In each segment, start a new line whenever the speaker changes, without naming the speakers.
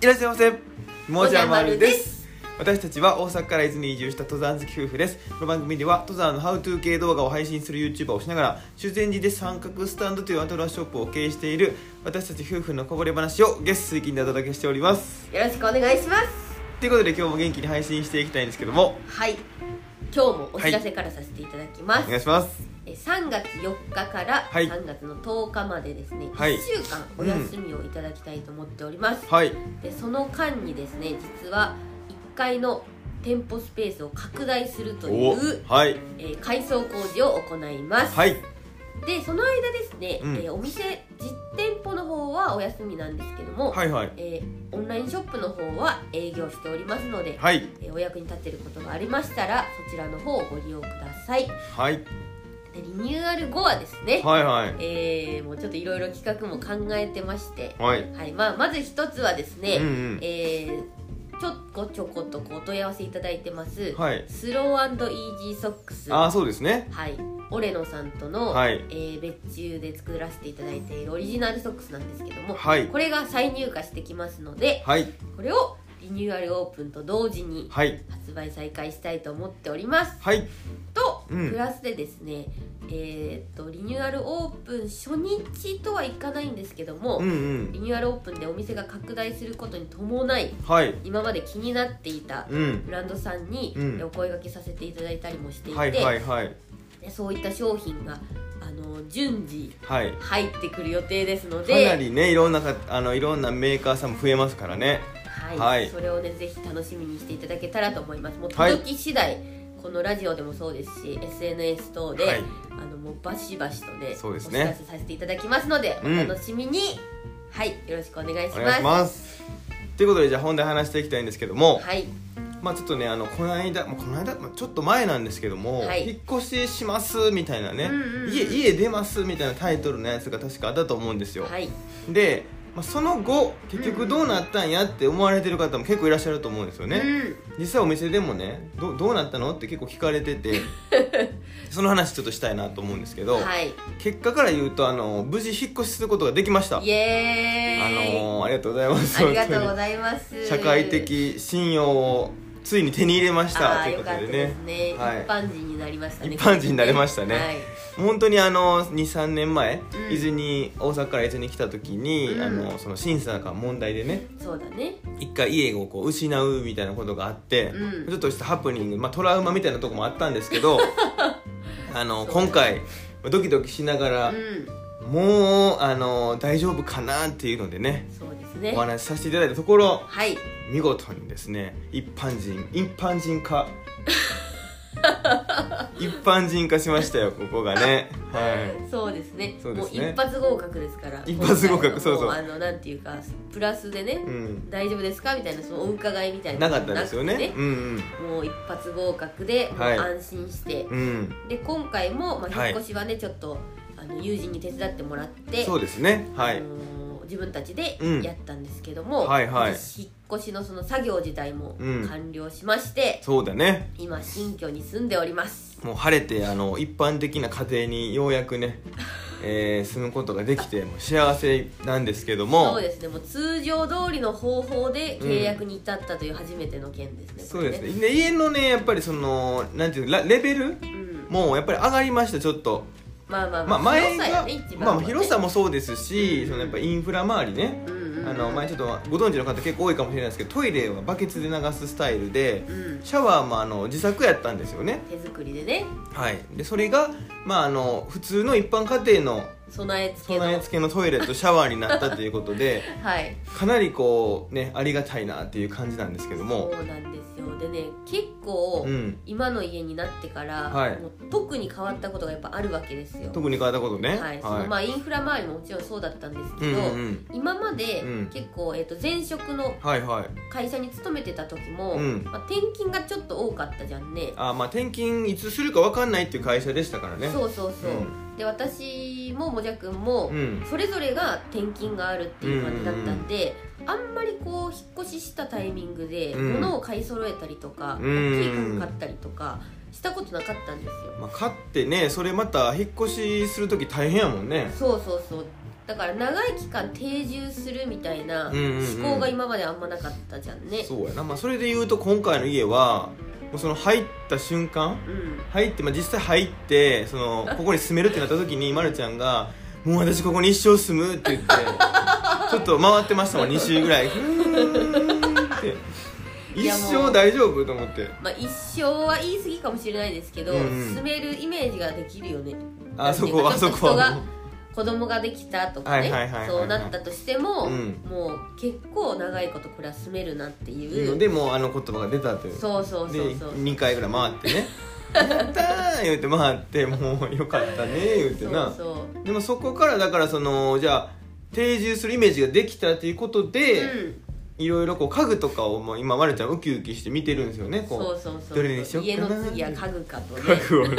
いらっしゃいませもじゃまるで
もじゃまるです
私たちは大阪から伊豆に移住した登山好き夫婦ですこの番組では登山のハウトゥー系動画を配信する YouTuber をしながら修善寺で三角スタンドというアウトドアショップを経営している私たち夫婦のこぼれ話を月水金でお届けしております
よろしくお願いします
ということで今日も元気に配信していきたいんですけども
はい今日もお知らせからさせていただきま
お
す、
願いします
え3月4日から
はい
3月の10日までですね、
はい
1週間お休みをいただきたいと思っております、
はい
でその間にですね実は1階の店舗スペースを拡大するという、
はい
えー改装工事を行います、
はい
でその間ですね、
うん
えーお店実店舗の方はお休みなんですけども、
はいはい
えーオンラインショップの方は営業しておりますので、
はい
えーお役に立てることがありましたらそちらの方をご利用くださいで
はい
リニューアル後はですね、
はいはい
えーもうちょっといろいろ企画も考えてまして、
はい
はいまあ、まず一つはですね、
うんうん
えーちょこちょことこうお問い合わせいただいてます、
はい
スローイージーソックス
あ
は
あそうですね
いオレノさんとの、
はい
えー別注で作らせていただいているオリジナルソックスなんですけども、
はい
これが再入荷してきますので
はい
これをリニューアルオープンと同時に
はい
発売再開したいと思っております
はい
と、
うん
プラスでですねえーっとリニューアルオープン初日とはいかないんですけども、
うんうん
リニューアルオープンでお店が拡大することに伴い
はい
今まで気になっていた
うん
ブランドさんに
うん
お声掛けさせていただいたりもしていて、
はいはいはい
でそういった商品があの順次
はい
入ってくる予定ですの
か
で
なりねいろんなかあのいろんなメーカーさんも増えますからね
はい、
はい
それをねぜひ楽しみにしていただけたらと思いますもう
はい
届き次第、このラジオでもそうですし SNS 等で、
はい
あのもうバシバシとね
そうです
お
ね
知らせさせていただきますので、
うん
お楽しみにはいよろしくお願いし
お
ま
願い
す
しますということでじゃあ本題話していきたいんですけども、
はい
まあちょっとねあのこの間、まあ、この間、まあ、ちょっと前なんですけども、
はい
引っ越ししますみたいなね、
うんうんうん
家家出ますみたいなタイトルのやつが確かあったと思うんですよ、
はい
で、まあ、その後結局どうなったんやって思われてる方も結構いらっしゃると思うんですよね、実際お店でもねどどうなったのって結構聞かれて てその話ちょっとしたいなと思うんですけ
う
ど、
んはい
結果から言うとあの無事引っ越しすることができましたあ
イエーイ、
のーありがとうございます
ありがとうご
本
ざいます
当に社会的信用をついに手に入れました
あ
と
ー
いう
よ
こと
かった
で
で
ね
すね、
はい
一般人になりましたね
一般人になりましたね
はい、
本当にあの23年前、
うん
伊豆に大阪から伊豆に来た時に、
うん
あのその審査が問題でね
そうだね
一回家をこう失うみたいなことがあって、
うん
ちょっとしたハプニング、まあ、トラウマみたいなとこもあったんですけ どあの今回ドキドキしながら、
うん
もうあの大丈夫かなっていうのでね
そうですね
お話しさせていただいたところ
はい
見事にですね一般人一般人 化一般人化しましたよここが ねは
そうですね
そうですね
もう一発合格ですから
一発合格
今回の
そうそう
もあのなんていうかプラスでね、
い、うん、
大丈夫ですかみたいなそのお伺いみたいな
な
の
かったですよね
なくて
うんうん
もう一発合格で、
はい
もう安心して、
うん
で今回も、まあ、
はい
引っ越しはね、ちょっとあの友人に手伝ってもらって
そうですねは
あ
い
のー自分たちで
うん
やったんですけども、
はいはい
私引っ越しのその作業自体も
うん
完了しまして、
そうだね
今新居に住んでおります
もう晴れてあの一般的な家庭にようやく ね、えー住むことができてもう幸せなんですけども
そうですねもう通常通りの方法で契約に至ったという初めての件ですね、
そうです
こ
ねで家のねやっぱりそのなんていうのラレベル
れね、うん、
もうやっぱり上がりましたちょっと、
まあまあ
まあ、前
広さ
が
やね一番
ま
は
あ、
ね
広さもそうですし、
うん
そのやっぱインフラ周りね、
うんうんうん
あの前ちょっとご存知の方結構多いかもしれないですけどトイレはバケツで流すスタイルで
うん
シャワーもあの自作やったんですよね
手作りでね
はいでそれが、まあ、あの普通の一般家庭の
備え付けの
備え付けのトイレとシャワーになったということで
はい
かなりこうねありがたいなっていう感じなんですけども
そうなんですよでね結構、
うん
今の家になってから、
はい
もう特に変わったことがやっぱあるわけですよ
特に変わったことね
はい、そのまあインフラ周りももちろんそうだったんです
うん
け
う
ど、
んうん
今まで
うん
結構、えー、と前職の
はいはい
会社に勤めてた時も、
うん
まあ、転勤がちょっと多かったじゃんね
あまあ転勤いつするか分かんないっていう会社でしたからね
そうそうそう、
う
で私ももじゃくんも、
うん
それぞれが転勤があるっていう感じだったんで、あんまりこう引っ越ししたタイミングで
うん
物を買い揃えたりとか、
うん
大きい家具買ったりとかしたことなかったんですよ、
まあ、買ってねそれまた引っ越しする時大変やもんね
そうそうそうだから長い期間定住するみたいな
うんうんうん
思考が今まであんまなかったじゃんね
そうやな、まあ、それで言うと今回の家はもうその入った瞬間
うん
入って、まあ、実際入ってその ここに住めるってなった時にまるちゃんが「もう私ここに一生住む」 って言ってちょっと回ってましたもん2週ぐらい「ふーん」って
い
一
やもう
生大丈夫と思って
まあ一生は言い過ぎかもしれないですけど、
うんうん
住めるイメージができるよね
あそこ
な
は
ん
あ
て
そ
い
う
か
こ
ちょっと人が
は
子供ができたとか
はいはいはいはいは
ね
い
そうなったとしても、
うん
もう結構長いことこれは住めるなって
い
いう
のでもうあの言葉が出たという
そうそうそうそう
で2回ぐらい回って ね「やったー!」言うて回ってもうよかったね言うて
そ
な
うそう
でもそこからだからそのじゃあ定住するイメージができたっていうことで、
うん
いろいろこう家具とかをもう今まるちゃんウキウキして見てるんですよね
そ
こ
うそうそう
どれにしよっかな
家の次は家具かと
う
ね
家具をね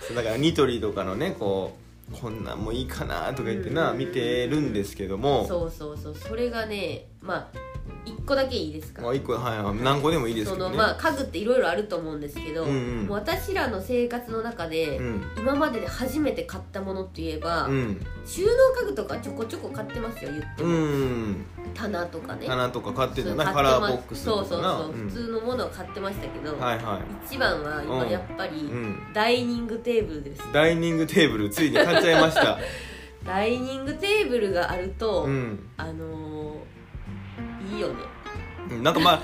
そうだからニトリとかのねこうこんなんもいいかなとか言ってな、
うん
見てるんですけども
そうそうそうそれがねまあ一個だけいいですか
まあ一個はいはい何個でもいいです
そ
けど
の
ね
まあ家具っていろいろあると思うんですけど、
うんうん
もう私らの生活の中で、
うん
今までで初めて買ったものといえば、
うん
収納家具とかちょこちょこ買ってますよ言って
う
も、
ん
棚とかね
棚とか買ってん
そう
のなカラーボックスと
そう
か
そう
な
そう、
ん
普通のものを買ってましたけど、
はいはい
一番は今
うん
やっぱり、
うん
ダイニングテーブルです
ダイニングテーブルついに買っちゃいました
ダイニングテーブルがあると、
うん
あのーいいよね
うんなんかま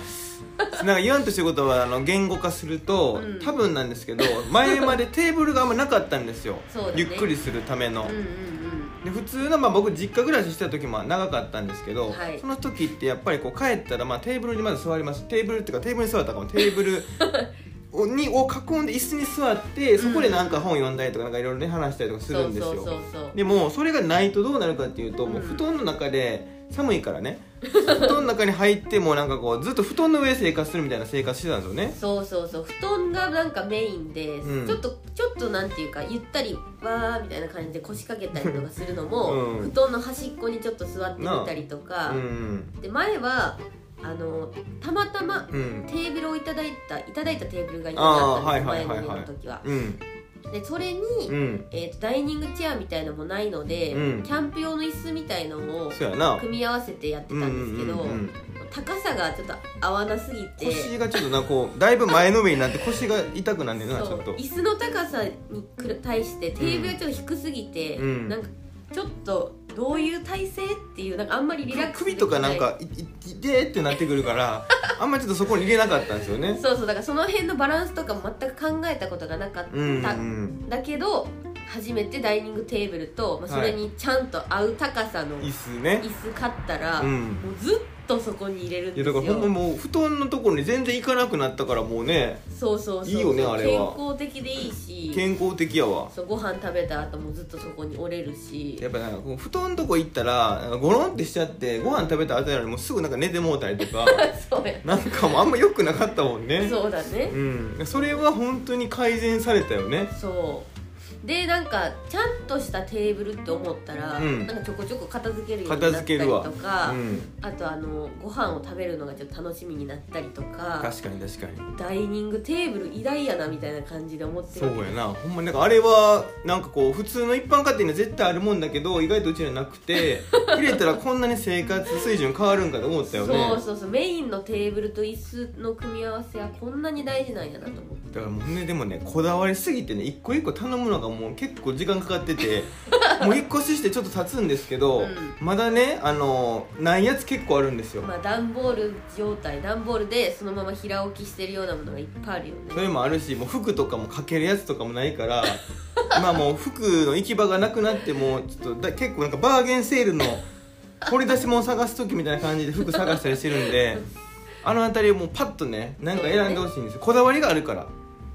あ なんか言わんとしてることはあの言語化すると、
うん
多分なんですけど前までテーブルがあんまなかったんですよ、
そうだね
ゆっくりするための、
うんうん
で普通の、まあ、僕実家暮らししてた時も長かったんですけど、
はい
その時ってやっぱりこう帰ったら、まあ、テーブルにまず座りますテーブルっていうかテーブルに座ったかもテーブルをにを囲んで椅子に座ってそこでなんか本読んだりとかなんかいろいろね話したりとか
う
す
ん
るんですよ、
そうそうそうそう
でもそれがないとどうなるかっていうと、もう
うん
布団の中で寒いからね布団の中に入ってもうなんかこうずっと布団の上で生活するみたいな生活してたんですよね
そうそうそう布団がなんかメインで、
うん
ちょっとちょっとなんていうかゆったりわーみたいな感じで腰掛けたりとかするのも、
うん
布団の端っこにちょっと座ってみたりとか、
うん
で前はあのたまたま
うん
テーブルをいただいたいただいたテーブルがいなかったんで
あー
す
はいはい
前の
はいはい
家の時は。
うん
でそれに、
うん
えー、とダイニングチェアみたいのもないので、
うん
キャンプ用の椅子みたいのを
そうやな
組み合わせてやってたんですけど、
うんうんうんうん
高さがちょっと合わなすぎて
腰がちょっとなこうだいぶ前のめりになって腰が痛くなんねんなち
そ
ょ
う
っと
椅子の高さにくる対してテーブルがちょっと低すぎて、
うん
なんかちょっとどういう体勢っていうなんかあんまりリラックスで
首
き
とかなんかいいいでーってなってくるからあんまちょっとそこに入れなかったんですよね
そうそうだからその辺のバランスとかも全く考えたことがなかった、
うんうん
だけど初めてダイニングテーブルと、まあ、それにちゃんと合う高さの
椅子ね
椅子買ったら、
うん
もうずっとそこに入れるん
い
で
や
す
だ
よ
からほんまもう布団のところに全然行かなくなったからもうね
そうそうそう
いいよねあれは
健康的でいいし
健康的やわ
そうご飯食べた後もずっとそこに折れるし
やっぱなんかこう布団のとこ行ったらなんかゴロンってしちゃってご飯食べた後やのにもうすぐなんか寝てもうたりと か
そうや
なんかもうあんま良くなかったもんね
そうだね、
うん、それは本当に改善されたよね
そうでなんかちゃんとしたテーブルって思ったら、
うん
なんかちょこちょこ片付けるようにな
片
った
付
り
けるわ
とか、
うん、
あとあのご飯を食べるのがちょっと楽しみになったりとか
確かに確かに
ダイニングテーブル偉大やなみたいな感じで思って
そ
る
うやなほんまになんかあれはなんかこう普通の一般家庭には絶対あるもんだけど意外とうちにはなく て入れたらこんなに生活水準変わるんかと思ったよね
そうそうそうメインのテーブルと椅子の組み合わせはこんなに大事なんやなと思って
だからもうねでもねこだわりすぎてね一個一個頼むのがもう結構時間かかって てもう引っ越ししてちょっと経つんですけど、
うん
まだねあのないやつ結構あるんですよ、
まあ段ボール状態段ボールでそのまま平置きしてるようなものがいっぱいあるよね
それもあるしもう服とかもかけるやつとかもないから 今もう服の行き場がなくなってもうちょっとだ結構なんかバーゲンセールの掘り出し物探す時みたいな感じで服探したりしてるんであの辺りをもうパッとねなんか選んでほしいんですよこだわりがあるから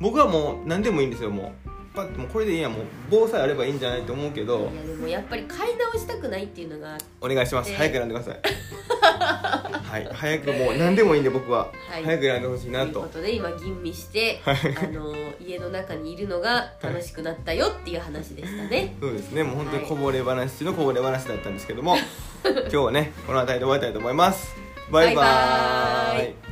僕はもう何でもいいんですよもうパッともうこれでいいやもう棒さえあればいいんじゃないと思うけど
いやでもやっぱり買い直したくないっていうのがあって
お願いします
えー
早く選んでくださいはい早くもう何でもいいんで僕は、
はい
早く選んでほしいな
ということとで今吟味して、あの家の中にいるのが楽しくなったよっていう話でしたね。
そうですねもう本当にこぼれ話中のこぼれ話 だったんですけども今日はねこの辺りで終わりたいと思いますバイバ
バイバ
ー
ー
イ
イ